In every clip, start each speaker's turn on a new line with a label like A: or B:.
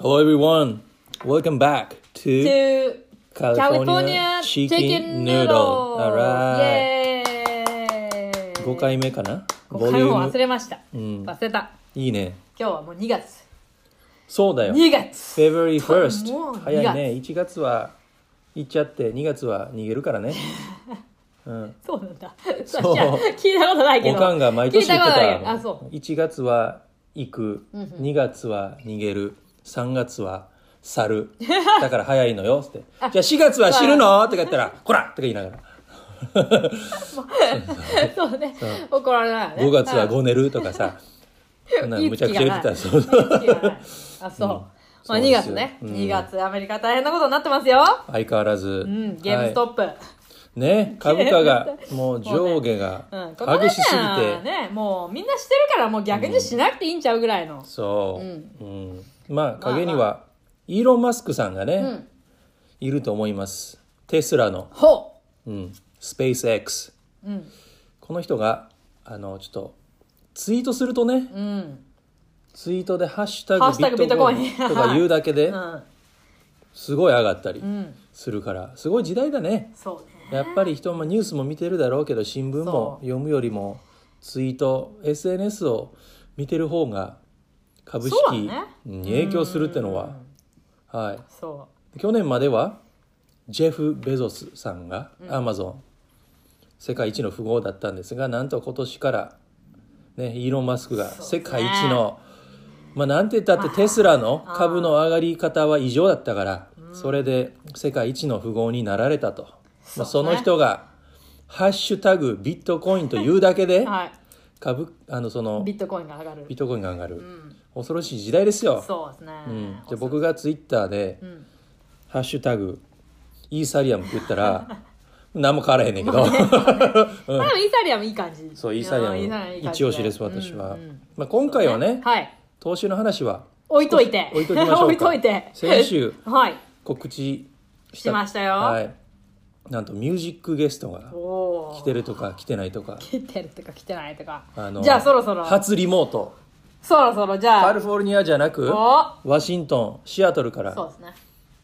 A: Hello, everyone. Welcome back to,
B: to
A: California,
B: California
A: Chicken,
B: Chicken
A: Noodle.
B: Noodle.
A: Alright.
B: イエーイ
A: 5回目かな
B: 5回も忘れました、
A: ん
B: 忘れた。
A: いいね。
B: 今日はもう2月。
A: そうだよ。
B: 2月
A: February
B: もう
A: 1st。
B: 2
A: 早いね。1月は行っちゃって、2月は逃げるからね。うん。
B: そうなんだ。
A: そう
B: じゃあ聞いたことないけ
A: お
B: ど。
A: かんが毎年言って
B: 聞いことないけ
A: た
B: どあ、そう。
A: 1月は行く、2月は逃げる、3月は去 る。だから早いのよって。じゃあ4月は死ぬのとか言ったら、こらとか言いな がら。
B: そうね。怒られないよね。
A: 5月は
B: うん
A: ごねるとかさ。そんなのむちゃくちゃ言ってた。そうそう。
B: 好きがないあ、そう。まあ
A: そう
B: 2
A: です
B: 月
A: よ
B: ね。
A: うん
B: 2月、アメリカ大変なことになってますよ。
A: 相変わらず、
B: うん、ゲームストップ。
A: はいね株価がもう上下が
B: うん、この
A: 激しすぎて、
B: 中ね、もうみんなしてるからもう逆にしなくていいんちゃうぐらいの。
A: そう、
B: うん
A: うんまあ陰には、イーロン・マスクさんがね、
B: うん。
A: いると思いますテスラの、
B: ほ
A: うん、スペース X
B: う。うん。
A: この人があのちょっとツイートするとね
B: うん。
A: ツイートで「ハッシュタ
B: ハッシュタ
A: グ
B: グ
A: ビットコイン」
B: ビットコイン
A: とか言うだけで
B: うん。
A: すごい上がったり
B: うん。
A: するからすごい時代だね
B: そうね。
A: やっぱり人もニュースも見てるだろうけど新聞も
B: そう
A: 読むよりもツイート SNS を見てる方が株式
B: そう
A: に
B: だね
A: 影響するっての
B: うん
A: は、は
B: そ
A: い、去年まではジェフ・ベゾスさんがアマゾン世界一の富豪だったんですがなんと今年から、ね、イーロン・マスクが
B: そう
A: 世
B: です
A: 界
B: ね
A: 一の、まあ、なんて言ったってテスラの株の上がり方は異常だったからそれで世界一の富豪になられたと、まあ、
B: そ
A: そう
B: ね
A: の人が「ハッシュタグビットコイン」というだけ
B: う。
A: で
B: はい。
A: 株あのその
B: ビットコインが上がる
A: ビッ。トコインが上が
B: う
A: る
B: ん。
A: 恐ろしい時代ですよ、
B: そうですね。
A: うん、じゃあ僕がツイッターで
B: うん。
A: 「ハッシュタグイーサリアム」って言ったら 何も変わらへんねんけど、
B: まあでもイーサリアムいい感じ。
A: そうイーサリア
B: うん
A: ム
B: 感じ
A: 一押しです私は、
B: うんうん
A: まあ、今回はね
B: はい。
A: 投資の話は
B: 置いといて。
A: 置いときましょうか
B: 置いといて。
A: 先週
B: はい。
A: 告知し
B: しましたよ
A: はい、なんとミュージックゲストが
B: おー
A: 来て。るとか来てないとか
B: 来てるとか来てないとか
A: あ。の
B: じゃあそろそろ。
A: 初リモート
B: そろそろじゃ
A: カ
B: あ。
A: リフォルニアじゃなく
B: お
A: ワシントンシアトルから
B: そうですね。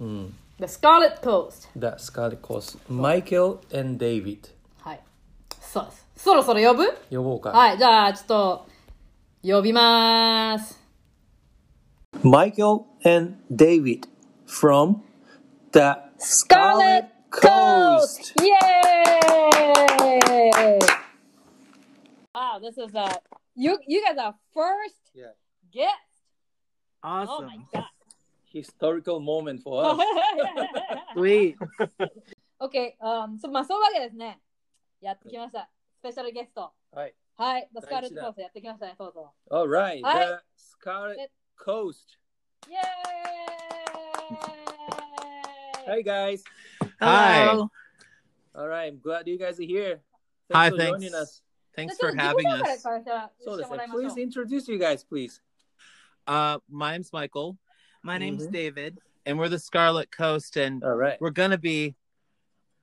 A: うん、
B: The Scarlet Coast。
A: だスカーレットコースマイケルデイビッ
B: はい。そうです。そろそろ呼ぶ
A: ド呼ぼうか、
B: はい、じゃあ、ちょっと、呼びまーす。
A: マイケルデイビッド from the Scarlet Coast
B: Yay! Wow, this is a you you guys are first
A: Yeah.
B: guest. Oh
C: Awesome.
B: my god.
A: historical moment for us
C: Sweet.
B: okay, um, so まあそういうわけですね。やってきました。スペシャルゲスト。
A: はい
B: はい、The
A: 第
B: Scarlet
A: 一弾
B: Course やってきましたね、そうそう。
A: all right
B: はい
A: the Scarlet Coast
B: イェーイ
A: hey guys
C: Hi.
D: Hello.
A: all right I'm glad you guys are here
C: Hi,
A: for
C: thanks.
A: joining us
D: Thanks
B: じゃあ
D: for having
B: ちょっと自己紹
D: us.
B: 介から
A: そうで
B: して
A: す
B: も
A: ね
B: らいましょう
A: please introduce you guys please
D: Uh, my name's Michael,
C: My name's
A: Mhm.
C: David.
D: and we're the Scarlet Coast, and
A: all right
D: we're gonna be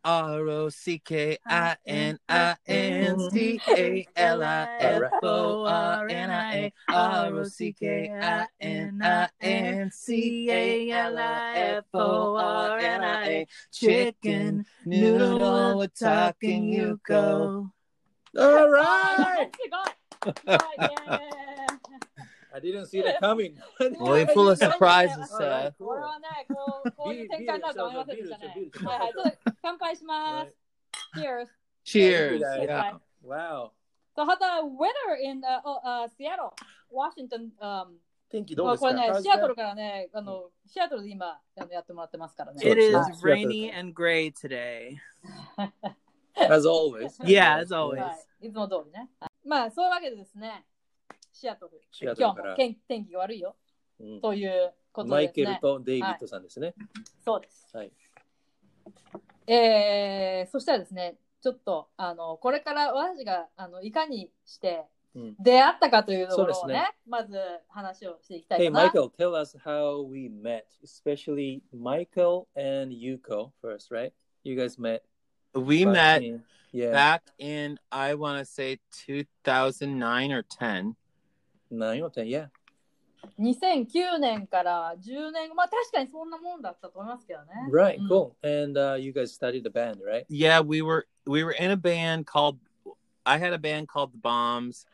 D: R O C K I N I N C A L I F O R N I A R O C K I N I N C A L I F O R N I A Chicken noodle, we're talking you go.
A: all
B: あ
A: right
B: す ごいすごいね
A: I didn't see that coming
D: Well, you're full of surprises,
B: そうだ
D: sir.
B: ねこれはね、こう、こういう展開になると思いませんでしたね
A: ビールビール。
B: はいはい、ちょっと乾杯 します。Cheers.
D: Cheers.
A: Yeah.
D: Yeah.
A: wow
B: So how's the weather in uh, oh, uh, Seattle, Washington? Um,
A: 天気どう
B: まあ
A: ですか
B: これね、
A: How's
B: シアトルからね、あのシアトルで今あのやってもらってますからね。
A: So
C: It
A: it's
C: is
A: not Seattle
C: rainy
A: time.
C: and gray today.
A: that? As always.
C: Yeah, as always.
B: はい、いつも通りね。まあそういうわけでですね、シアトル。
A: シアトル
B: 今
A: か
B: 日も
A: ら
B: 天天気が悪いよ
A: うん
B: ということ
A: マ
B: で
A: イ
B: す
A: ケ
B: ね。
A: ルとデイビッドさんですね。
B: そうです。
A: はい。
B: えーそしたらですね、ちょっと、あの、これから私たちが、あの、いかにして
A: うん
B: 出会ったかというところ
A: そ
B: を
A: う
B: ね、
A: です
B: まず話をしていきたい
A: Hey,
B: かな。
A: Michael, tell us how we met, especially Michael and Yuko first, right? You guys met.
D: We
A: back
D: met
A: in- yeah,
D: back in I want to say 2009 or 10.
A: nine or ten. Yeah.
B: 2009年から10年後、まあ確かにそんなもんだったと思いますけどね。
A: Right,
B: うん
A: cool. And uh, you guys studied the band, right?
D: Yeah, we were we were in a band called I had a band called the Bombs.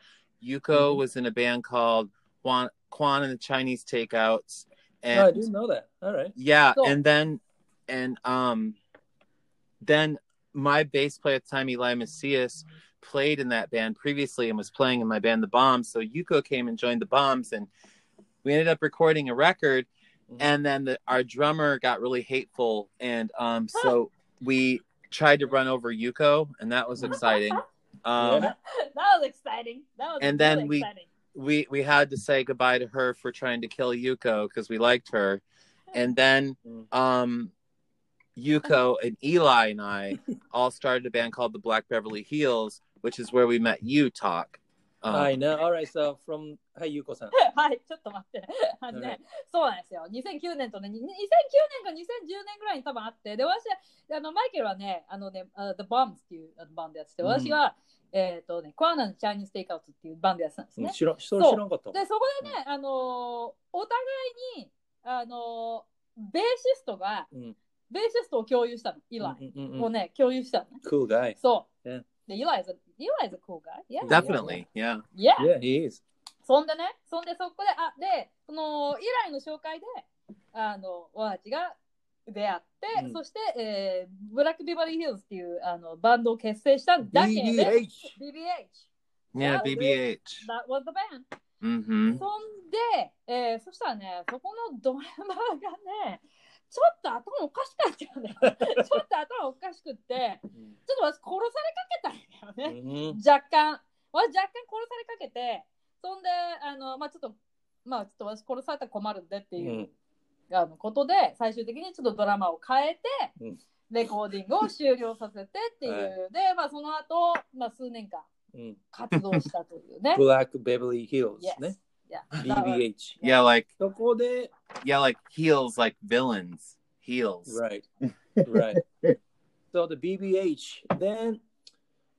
D: Yuko
A: Mm-hmm.
D: was in a band called Juan Kwan and the Chinese Takeouts. And
A: No, I didn't know that. All right.
D: yeah,
B: Cool.
D: and then and um then my bass player at the time, Eli Macias, played in that band previously and was playing in my band The Bombs. So Yuko came and joined the Bombs and we ended up recording a record
A: Mhm.
D: and then the, our drummer got really hateful and um so we tried to run over Yuko and that was exciting. Um
A: Yeah.
B: that was exciting. That was
D: And then
B: really
D: we-
B: exciting.
D: we we had to say goodbye to her for trying to kill Yuko because we liked her, and then
A: Mm.
D: um, Yuko and Eli and I all started a band called the Black Beverly Heels, which is where we met you talk. Um,
A: I know. All right. So from Hey Yuko-san.
B: はい、ちょっと待って。あのね、そうなんですよ。2009年とね、に2009年か2010年ぐらいに多分あって、で、私、あのマイケルはね、あのね、あ The Bombs っていうあのバンドやってて、
A: うん
B: 私は、えっ、とね、コアナのチャイニーズ・テイクアウトっていうバンドやってたんですね。
A: 知らん、それ知らんかった。
B: で、そこでね、あのーお互いに、あのーベーシストが、
A: うん
B: ベーシストを共有したの、イライ
A: うんうんうん
B: をね、共有したのね。
A: mm, Cool guy.
B: そう。
A: Yeah.
B: で、イライズ、イライズ cool guy. Yeah.
D: definitely, yeah.
B: Yeah.
A: Yeah, he is.
B: そんでね、そんでそこで、あ、で、その、以来の紹介で、あの、わたちが出会って、
A: うん
B: そして、えー、ブラックビバリーヒルズっていうあのバンドを結成したんだけど、BBH。
D: Yeah, BBH.
B: That was the band.
D: Mm-hmm.
B: そんで、えー、そしたらね、そこのドラマーがね、ちょっと頭おかしかったよね。 ちょっと頭おかしくって、ちょっと私殺されかけたんだよね。
A: Mhm.
B: 若干私若干殺されかけてそんであの、まあ、ちょっとまあちょっと私殺されたら困るんでって
A: Mm.
B: いう、あのことで最終的にちょっとドラマを変えて、
A: うん
B: レコーディングを終了させてっていう、
A: は
B: で、まあ、その後、まあ数年間
A: うん
B: 活動したという ね
A: Black Beverly Hills
B: Yes
A: ね。
B: いや
A: BBH。
D: Yeah, like
A: そこで、
D: yeah, like heels, like villains, heels.
A: right, right. So the BBH, then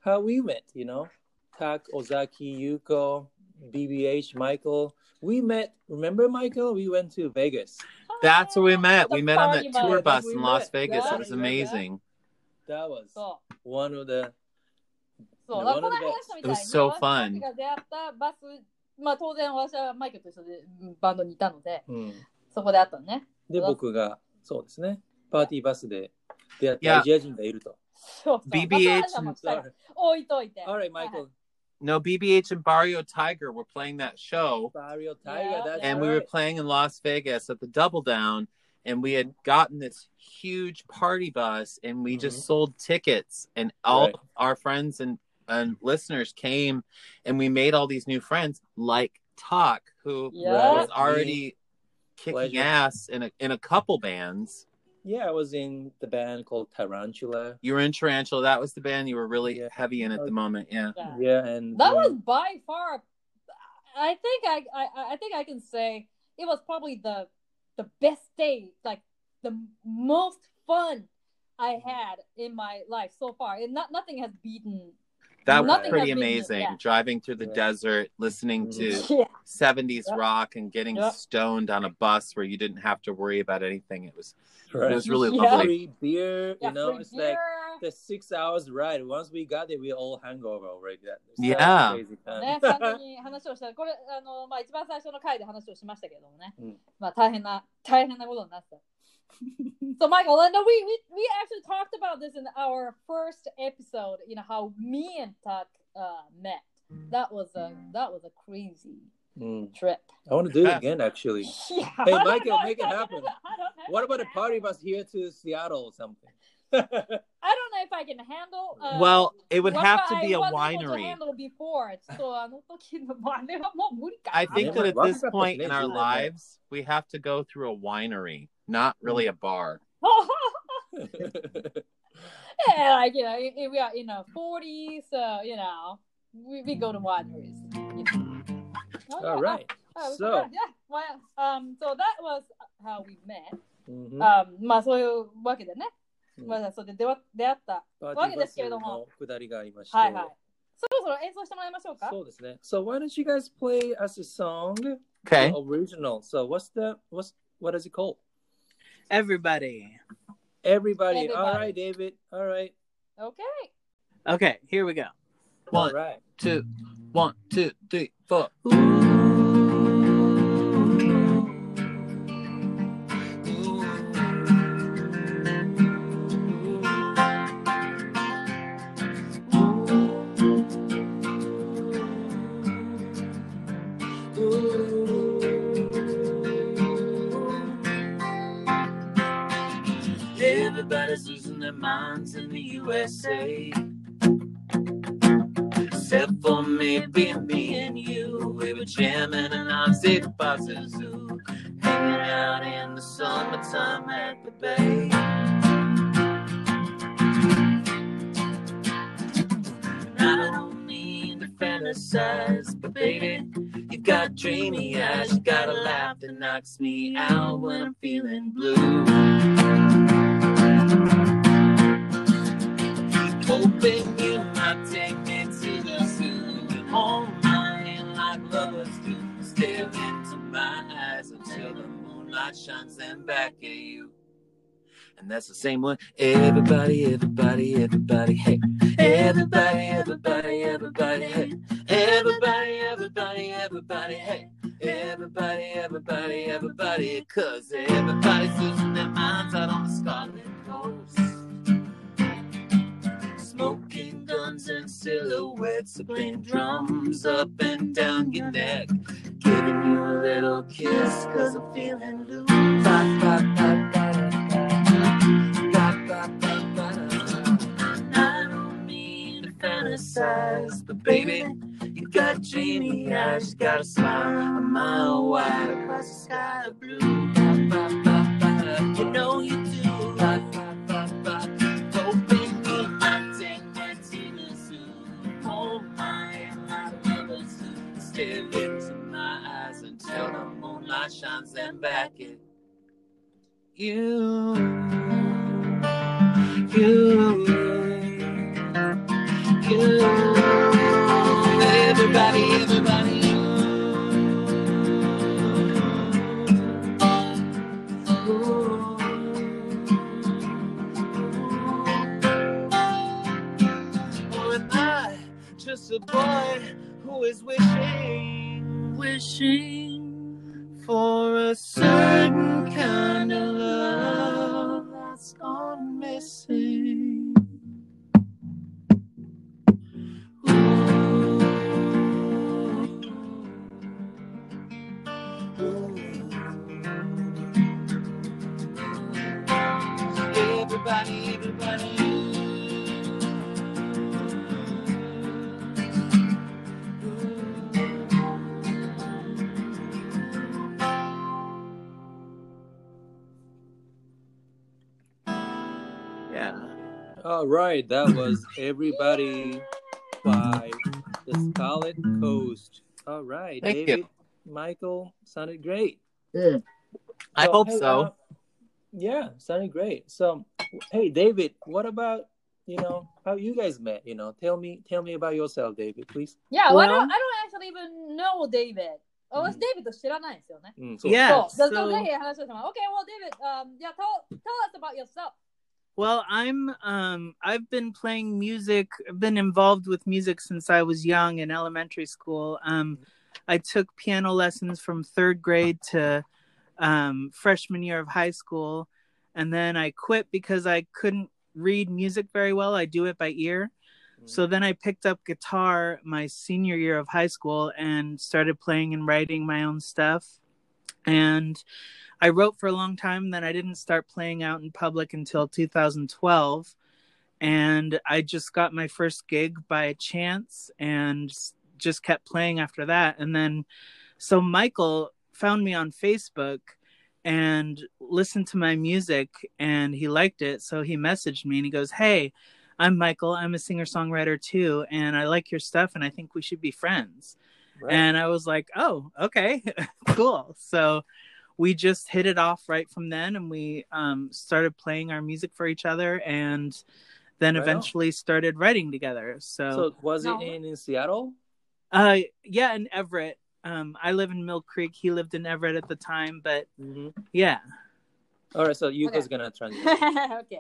A: how we met, you know, Tak, Ozaki, Yuko, BBH, Michael. We met, remember Michael? We went to Vegas.
D: That's where we met. We
B: Oh, The
D: met on
B: party
D: that tour
B: bus.
D: bus
A: We
D: in Las
A: met.
D: Vegas.
B: Yeah,
D: It was
A: we met.
D: amazing.
A: That was
B: そう
A: one of the
B: そう
A: No
B: だからこの
A: wonder
B: 間話したみたいに
D: It was so
B: 私た
D: fun.
B: ちが出会ったバスまあ当然私はマイケルと一緒でうんバンドにいたので
D: Hmm.
A: うん
B: そこで会ったのね
A: で、
B: うわ
A: 僕が、そうですね、パーティーバスで出会っ
D: いや
A: たアジア人がいると。
B: そうそう
D: BBH
B: まあその話はもうしたよ
A: Alright,
B: 置いといて
A: alright,
B: はいはい
A: Michael.
D: No, BBH and Barrio Tiger were playing that show.
A: Barrio Tiger, that's
D: and we were
A: right.
D: playing in Las Vegas at the Double Down, and we had gotten this huge party bus, and we just
A: Mhm.
D: sold tickets, and all
A: Right.
D: our friends and and listeners came, and we made all these new friends like Talk, who
B: Yeah.
D: was already kicking
A: Pleasure.
D: ass in a, in a couple bands.
A: Yeah, I was in the band called Tarantula.
D: You were in Tarantula. That was the band you were really
A: Yeah.
D: heavy in at the moment. Yeah.
B: Yeah.
A: Yeah, and
B: That
A: um,
B: was by far I think I, I I think I can say it was probably the the best day, like the most fun I
A: Mm-hmm.
B: had in my life so far. And not nothing has beaten
D: That was
A: Nothing
D: pretty
B: has been-
D: amazing.
B: yeah.
D: Driving through the
A: Yeah.
D: desert, listening
A: Mhm.
D: to
B: Yeah.
D: 70s
B: Yep.
D: rock and getting
B: Yep.
D: stoned on a bus where you didn't have to worry about anything. It was
A: right.
D: it was really
B: Yeah.
D: lovely.
A: free beer,
B: yeah
A: you know,
B: free
A: it's like
B: beer.
A: the six hours ride. Once we got there, we all hungover already. That, that was
D: Yeah.
A: crazy time.
B: ね、最初に話をしたこれあの、まあ、一番最初の回で話をしましたけどもね、
A: うん
B: まあ大変な大変なことになった。so Michael, and we, we we actually talked about this in our first episode, you know how me and Tuck uh, met. That was a that was a crazy
A: Mm.
B: trip.
A: I want to do it again, actually.
B: Yeah,
A: Hey,
B: I don't
A: Michael,
B: know
A: make
B: if
A: it
B: I
A: happen.
B: can- I don't know if
A: What
B: I
A: about a
B: can
A: party
B: handle-
A: bus here to Seattle or something?
B: I don't know if I can handle. Uh,
D: Well, it would
B: what
D: have to
B: I
D: be a
B: wasn't able to
D: winery.
B: handle before. So, あの時のあれはもう無理かな
D: I think
A: Yeah,
D: that at
A: why
D: this
A: would that
D: point in
A: place
D: our
A: do that?
D: lives, we have to go through a winery, not
A: Mm.
D: really a bar.
B: Oh, yeah, like you know, if, if we are in our forties, so you know, we, we go to wineries. you know. Oh, yeah.
A: all right.
B: Oh, oh, we
A: So-
B: forgot. yeah, well, um, so that was how we met.
A: Mhm.
B: Um, まあそういうわけでね、
A: うん
B: まあそうで出会出会った。
A: パーティーバスの下りがありまして。
B: はいはい。そろそろ演奏してもらいましょうか。
A: そうですね。So why don't you guys play us a song
C: Okay.
A: the original. So what's the what's what is it called?
E: Everybody.
A: Everybody. All
B: Everybody.
A: right, David. All right.
B: Okay.
E: Okay, here we go.
A: All
C: One,
A: right.
C: two, one, two, three, four. Everybody's losing their minds in the USA. Except for me, being me and you. We were jamming in our zip boxes, zoo. Hanging out in the summertime at the bay. I don't mean to fantasize, but baby, you got dreamy eyes. You got a laugh that knocks me out when I'm feeling blue. Hoping you might take me to the zoo. You hold mine like lovers do. Stare into my eyes until the moonlight shines them back at you. And that's the same one. Everybody, everybody, everybody, hey. Everybody, everybody, everybody, hey. Everybody, everybody, everybody, hey. Everybody, everybody, everybody, cause everybody's losing their minds out on the Scarlet Coast. Smoking guns and silhouettes, playing drums up and down your neck. Giving you a little kiss, cause I'm feeling loose. Ba, ba, ba, ba, da, da. Ba, ba, ba, ba, da. I don't mean to fantasize, but baby, you got dreamy eyes, you got a smile a mile wide across the sky of blue. Ba, ba, ba, ba, da. You know you do. Ba, ba, ba, ba, until the moonlight shines them back at you. You. You. Everybody, everybody, Or am I just a boy who is wishing, wishing for a certain kind of love that's gone missing? Ooh. Ooh. Everybody, everybody. Yeah.
A: All right. That was Everybody by the Scarlet Coast. All right.
C: Thank you.
A: David, Michael, sounded great.
F: Yeah.
C: I
A: So,
C: hope
A: hey,
C: so.
A: uh, yeah, sounded great. So, hey, David, what about you know how you guys met? You know, tell me, tell me about yourself, David, please.
B: Yeah, well, I
E: Well-
B: don't I don't actually even know David. Oh, it's David と知らないですよね。
A: Mm, so-
E: Yeah.
B: so,
E: so-
B: ぜひ話してもらう Okay, well, David, um, yeah, tell, tell us about yourself.
E: Well, I'm um I've been playing music, I've been involved with music since I was young in elementary school. Um I took piano lessons from 3rd grade to um freshman year of high school and then I quit because I couldn't read music very well. I do it by ear.
A: mm,
E: So then I picked up guitar my senior year of high school and started playing and writing my own stuff. And I wrote for a long time, then I didn't start playing out in public until 2012. And I just got my first gig by chance and s- just kept playing after that. And then, so Michael found me on Facebook and listened to my music and he liked it. So he messaged me and he goes, Hey, I'm Michael. I'm a singer songwriter too. And I like your stuff and I think we should be friends.
A: right.
E: And I was like, oh, okay, cool. So we just hit it off right from then and we um, started playing our music for each other and then
A: Right on.
E: eventually
C: uh,
E: started writing together. So,
A: so was
B: No.
A: it in, in Seattle?
E: uh, yeah, in Everett.
C: Um, I live in Mill Creek. He lived in Everett at the time, but
A: Mhm.
C: yeah.
A: All right, so Yuko's gonna translate.
B: OK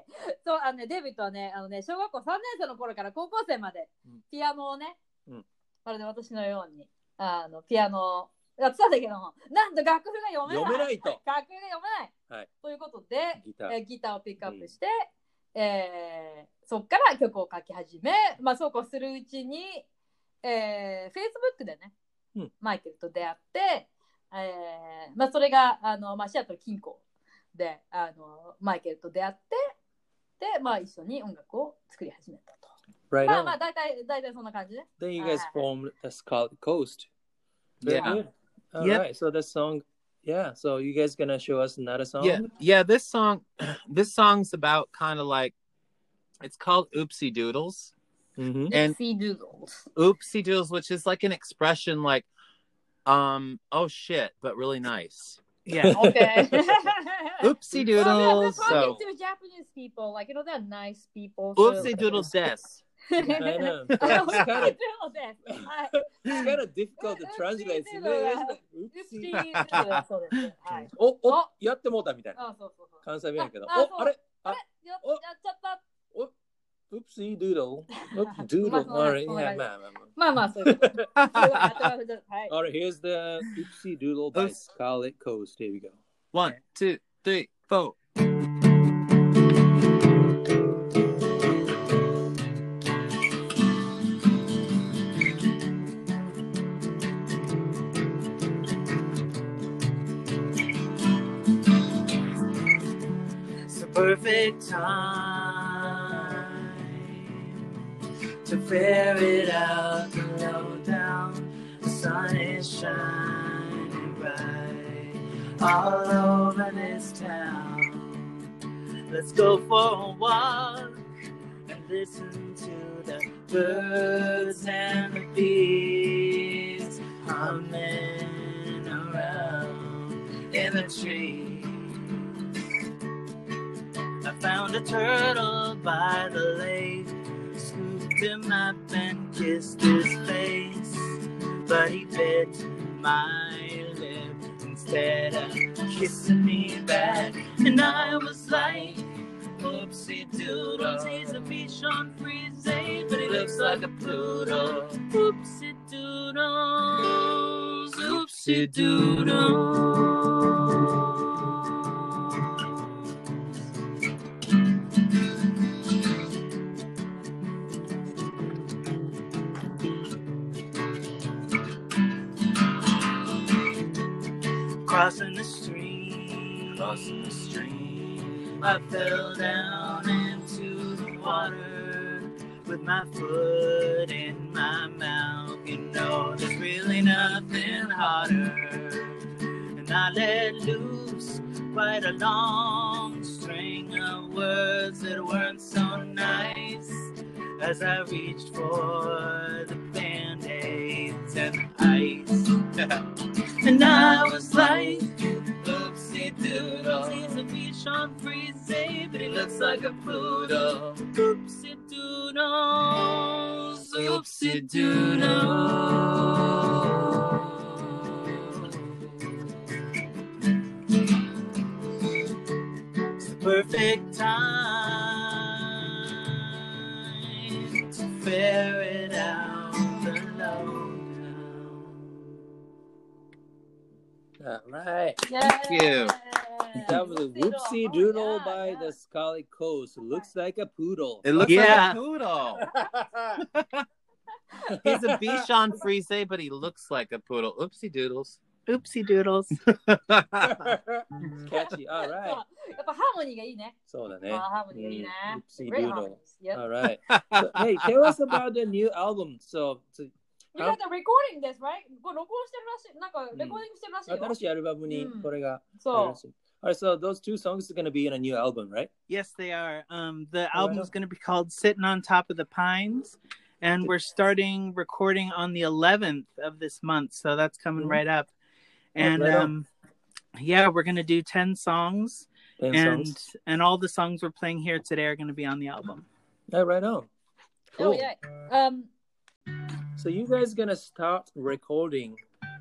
B: そうあのねデイビッドはねあのね小学校3年生の頃から高校生まで
A: うん
B: ピアノをね、
A: うん
B: まるで私のようにあのピアノをやってたんだけどもなんと楽譜が読めない
A: 読めないと
B: 楽譜が読めない、
A: はい
B: ということで
A: ギター
B: えーギターをピックアップして、えーそこから曲を書き始め、まあ、そうこうするうちに、えー、Facebook でね、
A: うん
B: マイケルと出会って、えーまあ、それがあの、まあ、シアトル近郊であのマイケルと出会ってで、まあ、一緒に音楽を作り始めたと。
A: Right
B: まあまあ
A: on.
B: 大体大体そんな感じね。
A: Then you guys
B: uh,
A: formed the Scarlet Coast. Very
D: Yeah.
A: good. All right.
C: Yep.
A: So that song, yeah. So you guys gonna show us another song?
D: Yeah, yeah. This song, this song's about kind of like, it's called Oopsie Doodles,
A: Mm-hmm.
D: and
B: Sea Doodles.
D: Oopsie Doodles, which is like an expression like, um, oh shit, but really nice.
C: Yeah.
B: Okay.
D: Oopsie
A: Oh,
B: Well, we're
D: Doodles.
B: talking
D: So
B: to Japanese people, like you know, they're nice people. so-
D: Oopsie Doodles this.
A: I know. It's
B: Oopsie
A: kind of
B: doodles this. Hi.
A: it's kind of difficult to
B: Oopsie
A: translate.
B: doodle.
A: Oopsie. Oh,
B: Oopsie doodles. そうですねはい
A: おお
B: お
A: やってもうたみたいな
B: あそうそうそう
A: 関西弁やけど。
B: ああそう
A: おあれ
B: あれや
A: お
B: やっちゃった。
A: お oh, Oopsie doodle. Oop-
B: まあ
A: doodle.
B: そんな
A: All right.
B: そんな
A: Yeah, man, man,
B: 感じ
A: man.
B: まあまあそういう こと。はい。
A: All right. Here's the Oopsie doodle by
D: Oops.
A: Scarlet Coast. Here we go.
D: One, two, three, four.
C: It's the perfect time to ferret out the lowdown. The sun is shining bright all over this town. Let's go for a walk and listen to the birds and the bees humming around in the trees. I found a turtle by the lake, scooped him up and kissed his face. But he bit my lip instead of kissing me back. And I was like, Oopsie doodles, he's a Bichon Frise, but he looks like a poodle. Oopsie doodles, oopsie doodles. Crossing the stream, crossing the stream, I fell down into the water with my foot in my mouth. You know, there's really nothing harder. And I let loose quite a long string of words that weren't so nice as I reached for the band aids and the ice. And I was like, oopsie doodles, he's a Bichon Frise, but he looks like a poodle. Oopsie doodles, oopsie doodles. It's the perfect time to ferret out the lowdown.
A: All right.
D: Thank you.
A: That was a
B: Oh
A: Whoopsie Doodle by the Scarlet Coast. Looks like a poodle.
D: It looks
C: Yeah.
D: like a poodle. He's a Bichon Frise, but he looks like a poodle. Oopsie doodles.
C: Oopsie doodles.
A: Catchy. All right.
B: やっぱハーモニーがいいね。
A: そうだね。
B: あハーモニーがいいね。
A: Oopsie
B: eh, Great
A: doodle.
B: harmonies. Yep.
A: All right. So, hey, tell us about the new album. So, so
B: We got the recording this, right? これ録音してるらしい。なんかレコーディングしてるらしいよ
A: 新。しいアルバムに
B: うん
A: これが入る
B: そ
A: らしい。All right, so those two songs are going to be in a new album, right?
C: Yes, they are. Um, the
A: Oh,
C: album
A: wow.
C: is going to be called "Sitting on Top of the Pines," and we're starting recording on the 11th of this month, so that's coming
A: Mhm.
C: right up.
A: Oh,
C: And
A: right on.
C: um, yeah, we're going to do 10 songs,
A: Ten
C: and
A: songs.
C: and all the songs we're playing here today are going to be on the album.
A: Yeah, right on.
B: う。Oh,
A: Cool.
B: yeah. Um,
A: So you guys gonna start recording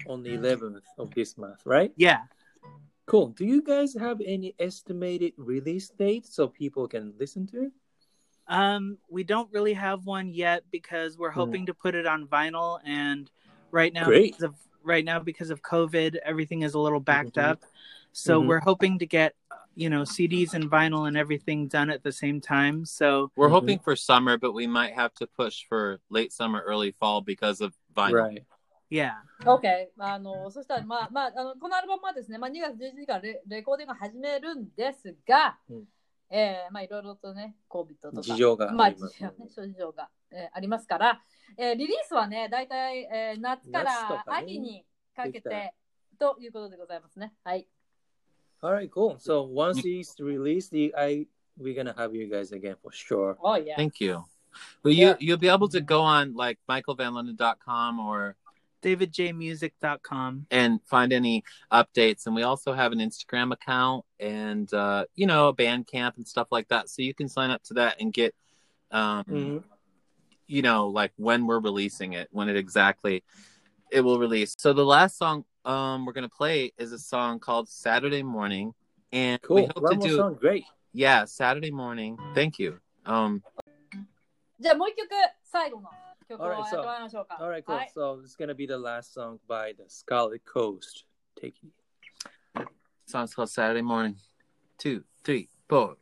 A: on the 11th of this month, right?
C: Yeah.
A: Cool. Do you guys have any estimated release date so people can listen to it?
C: Um, we don't really have one yet because we're hoping to put it on vinyl, and right now,
A: Great.
C: because of right now because of COVID, everything is a little backed
A: Mhm.
C: up. So
A: Mhm.
C: we're hoping to get you know CDs and vinyl and everything done at the same time. So
D: We're
A: Mhm.
D: hoping for summer, but we might have to push for late summer, early fall because of vinyl.
A: Right.
C: yeah,
B: OK。あの、そしたら、まあ、まあ、あのこのアルバムはですね、まあ、2月11日からレレコーディングを始めるんですが、
A: うん
B: えーまあ、いろいろとね、COVID とか、
A: 事情が
B: ま
A: あ
B: あ、
A: り
B: 事
A: ます
B: 情ね、諸事情が、えーありますから、えーリリースはね、大体、えー夏か
A: 夏と
B: ら
A: かね
B: 秋にかけ
A: できたら
B: て、ということでございますね。はい。
A: All right, cool. So once it's released, the, I we're gonna have you guys again for sure.
B: Oh, yeah.
D: Thank you. Well,
A: Yeah.
D: you you'll be able to go on like michaelvanlondon.com or
C: DavidJMusic.com.
D: and find any updates. And we also have an Instagram account and uh, you know a Bandcamp and stuff like that. So you can sign up to that and get um,
A: Mhm.
D: you know like when we're releasing it, when it exactly it will release. So the last song um, we're gonna play is a song called Saturday Morning, and
A: Cool.
D: we hope
A: One
D: to
A: more
D: do
A: song, great.
D: yeah Saturday Morning. Thank you. Um,
B: じゃあもう一曲、最後の曲を
A: Alright,
B: やってもらいましょうか。
A: All right, cool.
B: はい
A: So it's gonna be the last song by the Scarlet Coast. Take it.
D: song's called Saturday Morning. Two, three, four.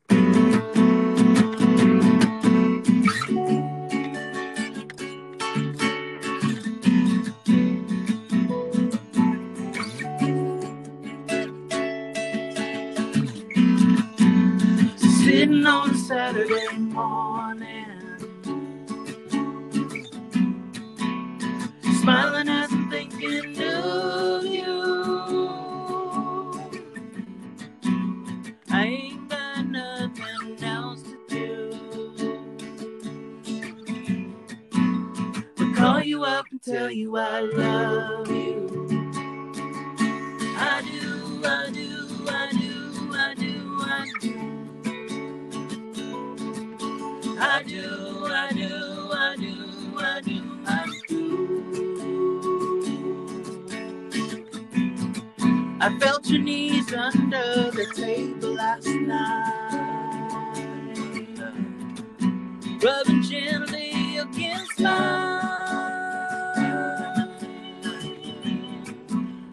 C: Sitting on a Saturday morning, smiling as I'm thinking of you. I ain't got nothing else to do. But call you up and tell you I love you. I do, I do, I do, I do, I do. I do, I do, I do, I do, I do. I felt your knees under the table last night, rubbing gently against mine.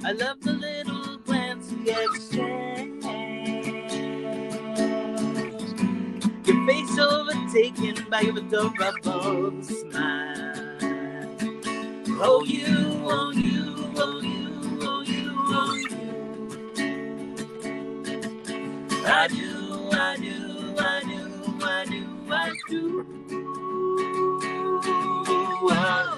C: I love the little glance we exchanged. Your face overtaken by your adorable smile. Oh you, oh you, oh you, oh you, oh you. I do, I do, I do, I do, I do. Oh,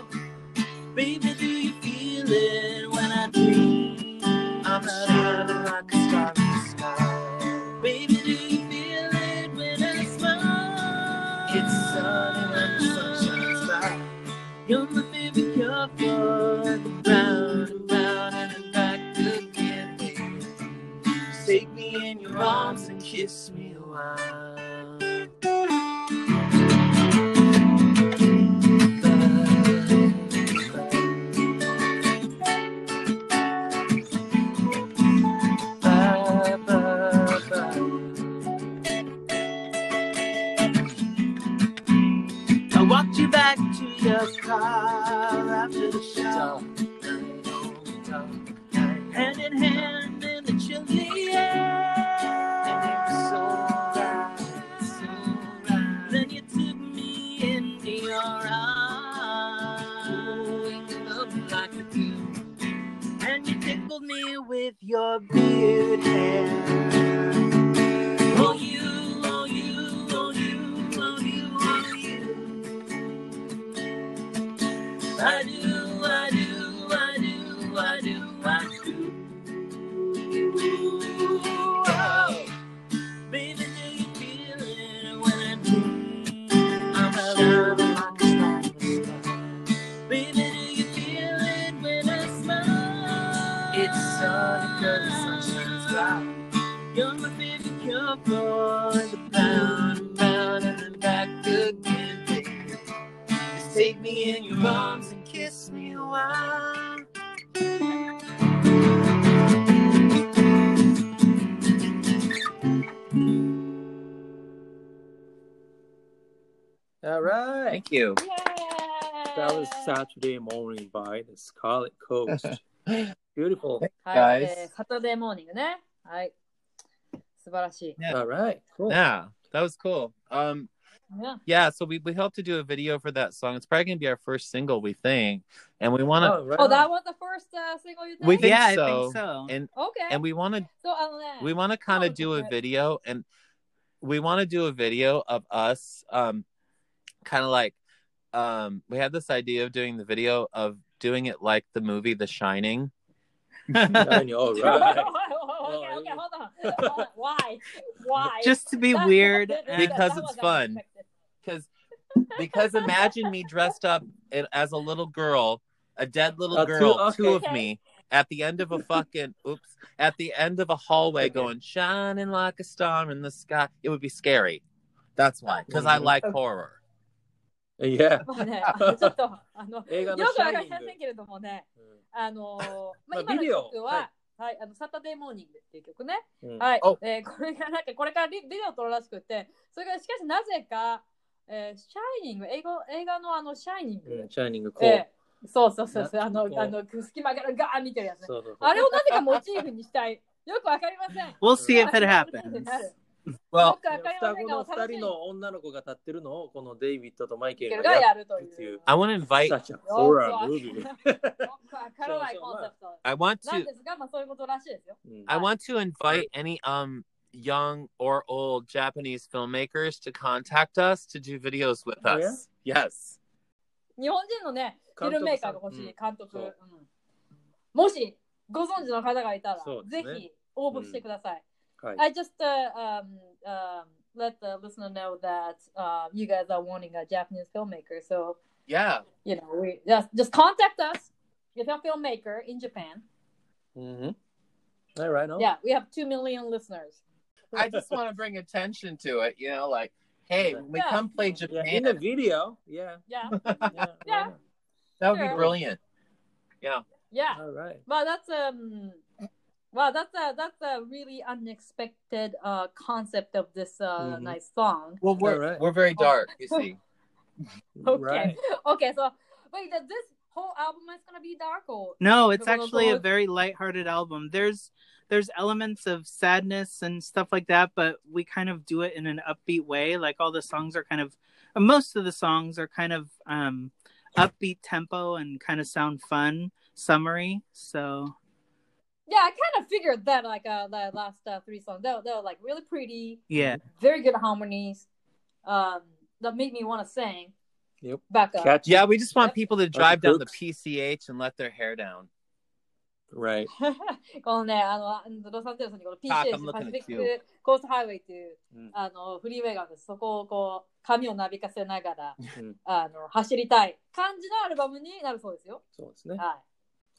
C: baby, do you feel it when I dream? I'm shining like a star in the sky. Baby, do you feel it when I smile? It's sunny when the sun shines bright. You're my favorite you're for round and round and back again. Just Take me in your arms and kiss me a while. Bye, bye, bye. I walked you back to your car after the shower. Hand in hand in the chilly air. Then you took me into your arms. And you tickled me with your beard hair. Oh, you, oh, you, oh, you, oh, you, oh, you. I do, I do, I do, I do, I do. Oh, baby, do you feel it when I dream? I'm shining like a star in the sky. Baby, do you feel it when I smile? It's sunny because the sunshine's bright. You're my favorite cure for the pound, and pound, and then back again, baby. Just take me in your arms and kiss me a while.
A: All right.
D: Thank you.
B: Yay!
A: That was Saturday morning by the Scarlet Coast. Beautiful.
B: はい、
D: guys.
B: えー、サタデーモーニングね。はい。素晴らしい。
A: All right. Cool.
D: Yeah, that was cool. Um,
B: Yeah.
D: yeah, so we, we hope to do a video for that song. It's probably gonna be our first single, we think, and we want to,
A: Oh, right
B: Oh,
A: on.
B: that was the first uh, single you did?
D: We think
C: yeah, I
D: so.
C: think so.
D: And-
B: okay.
D: and we want to,
B: so, あのね。
D: we want to kind
B: Oh,
D: of do a
B: okay.
D: video, and we want to do a video of us, um, kind of like, um, we had this idea of doing the video of doing it like the movie The Shining.
A: Shiny, All
B: okay,
A: right.
B: okay, hold on. Hold on. Why? Why?
C: Just to be
B: That-
C: weird.
B: that- that-
C: and-
D: Because
B: that
D: it's
B: was
D: fun.
B: unexpected.
D: because because imagine me dressed up in- as a little girl, a dead little
A: Uh, two-
D: girl, two,
A: okay.
D: of me at the end of a fucking oops, at the end of a hallway going shining like a star in the sky. It would be scary. That's why, because I
A: Mhm.
D: like horror.
A: Yeah.
B: まあね、あ のちょっと、あの、
A: 映画の
B: よくわか
A: シャイニン
B: り
A: グ
B: ませんけれどもね、
A: Mm,
B: あのー、
A: まあ
B: まあ、今の
A: ビデオ
B: 曲は、はい、あの、サタデーモーニングっていう曲ね。
A: うん
B: はい
D: お、
B: えーこ れがなんか、これからビビデオを撮るらしくて、それが、しかしなぜか、えーシャイニング、英語、映画のあの、シャイニング。
A: うんシャイニング、こう。
B: えーそうそうそうそう、あの、
A: こう
B: あの、隙間からガーン見てるやつね。
A: そうそうそう
B: あれをなぜかモチーフにしたい。よくわかりません。
C: We'll see if it
B: よく
C: happens.
D: Well,
B: わかりま
A: 双
B: せん
A: 子の
B: が、お
A: 二
B: 楽しみ
A: 人
B: に
A: の女の子が立ってるのをこのデイビッドとマイケル
B: が
A: がや
B: やると
A: ってい
B: いうう。
D: I want to invite.
A: っちゃう。
B: よ
A: ホ
B: く
A: ラー
B: わか
A: ム
B: ん
A: ー ビー。
B: よくわからないコンセプト。
D: I want
B: なん
D: to.
B: ですが、まあそういうことらしいですよ。
A: うん
D: I want to invite any um young or old Japanese filmmakers to contact us to do videos with
A: Oh, yeah?
D: us. Yes.
B: 日本人のね、フィルメーカーが欲しい監督。
A: そううん
B: もしご存知の方がいたら、
A: そうで
B: ぜ
A: すね
B: ひ応募してください。
A: はい。
B: I just uh, um, um, let the listener know that uh, you guys are wanting a Japanese filmmaker. So,
D: Yeah.
B: you know, we just, just contact us if you're a filmmaker in Japan.
A: うん。All right, no?
B: Yeah, we have 2 million listeners.
D: I just want to bring attention to it, you know, like, hey, when we
B: Yeah.
D: come play
A: Yeah,
D: Japan,
A: in the video. Yeah.
B: Yeah,
A: Yeah.
B: Yeah.
D: that would be
B: Sure.
D: brilliant.
B: yeah.
A: All right.
B: Wow, that's um, wow, that's a that's a really unexpected uh concept of this uh
A: Mhm.
B: nice song.
D: Well,
A: we're-
D: we're we're very dark, you see.
B: Okay,
A: Right.
B: okay. So wait, does this whole album is gonna be dark or
C: No, it's
B: Well,
C: actually a
B: well-
C: very lighthearted album. There's there's elements of sadness and stuff like that, but we kind of do it in an upbeat way. Like all the songs are kind of most of the songs are kind of um upbeat tempo and kind of sound fun, summery. So
B: yeah? I kind of figured that like uh the last uh, three songs they were, they were like really pretty,
C: yeah.
B: very good harmonies, um that made me want to sing.
A: Yep.
B: Back up.
A: Catch.
D: Yeah, we just want
B: Yep.
D: people to drive down the
A: Crooks.
D: PCH and let their hair down.
A: Right.
B: このね、あの、ロサンゼルスにこの
D: Ah,
B: PCH
D: I'm looking at
B: パシフィッ
D: you.
B: クコーストハイウェイっていう、
A: うん
B: あの、フリーウェイがあるんです。そこをこう、髪をなびかせながら、
A: ん
B: あの、走りたい感じのアルバムになるそうですよ。
A: そうですね。
B: は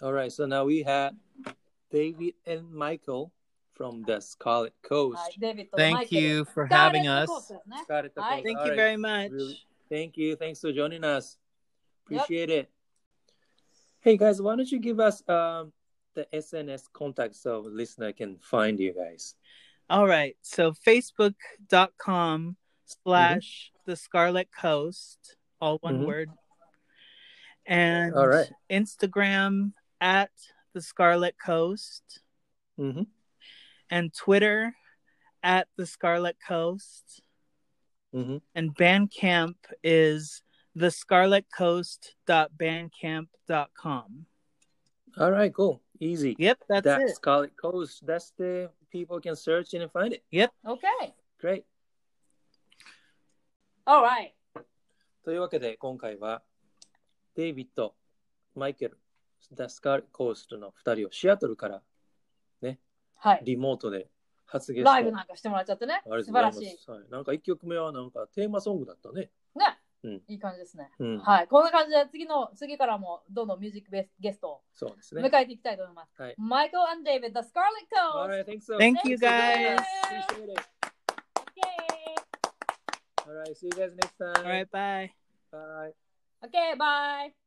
A: All right, so now we have David and Michael from the Scarlet
B: い。
A: Coast.
B: はい、デビッドとマイ
D: Thank
B: ケル。
D: you for
B: スカーレット
D: having us.
B: コースですね
A: Scarlet Coast.
B: Hi.
C: Thank
A: All
C: you
A: right.
C: very much.
A: Really- Thank you. Thanks for joining us.
B: Yep.
A: Appreciate it. Hey guys, why don't you give us um, the SNS contact so listener can find you guys?
C: All right. So facebook.com slash the Scarlet Coast, all one
A: Mhm.
C: word. And
A: All right.
C: Instagram at the Scarlet Coast
A: Mm-hmm.
C: and Twitter at the Scarlet Coast.
A: Mm-hmm.
C: And Bandcamp is the scarletcoast.bandcamp.com.
A: All right, cool. Easy.
C: Yep, that's
A: that
C: it.
A: Scarlet Coast. That's the people can search and find it.
B: Okay.
A: Great.
B: Alright.
A: というわけで今回はデイビッド、マイケル、ダスカーコーストの2人をシアトルから
B: はい。
A: リモートで発言
B: ライブなんかしてもらっちゃってね。素晴らしい。ね。
A: はい、なんか1曲目はなんかテーマソングだったね。うん
B: いい感じですね。
A: うん、
B: はい。こんな感じで次の、次からもどんどんミュージックベゲストを
A: そうです
B: 迎
A: ね。
B: えていきたいと思います。
A: はい
B: Michael and David, The Scarlet Coast!
A: Alright, thanks so.
C: Thank you guys.
A: Appreciate it.
B: Yay!
A: Alright, see you guys next time.
C: All right, bye.
A: Bye.
B: Okay, bye.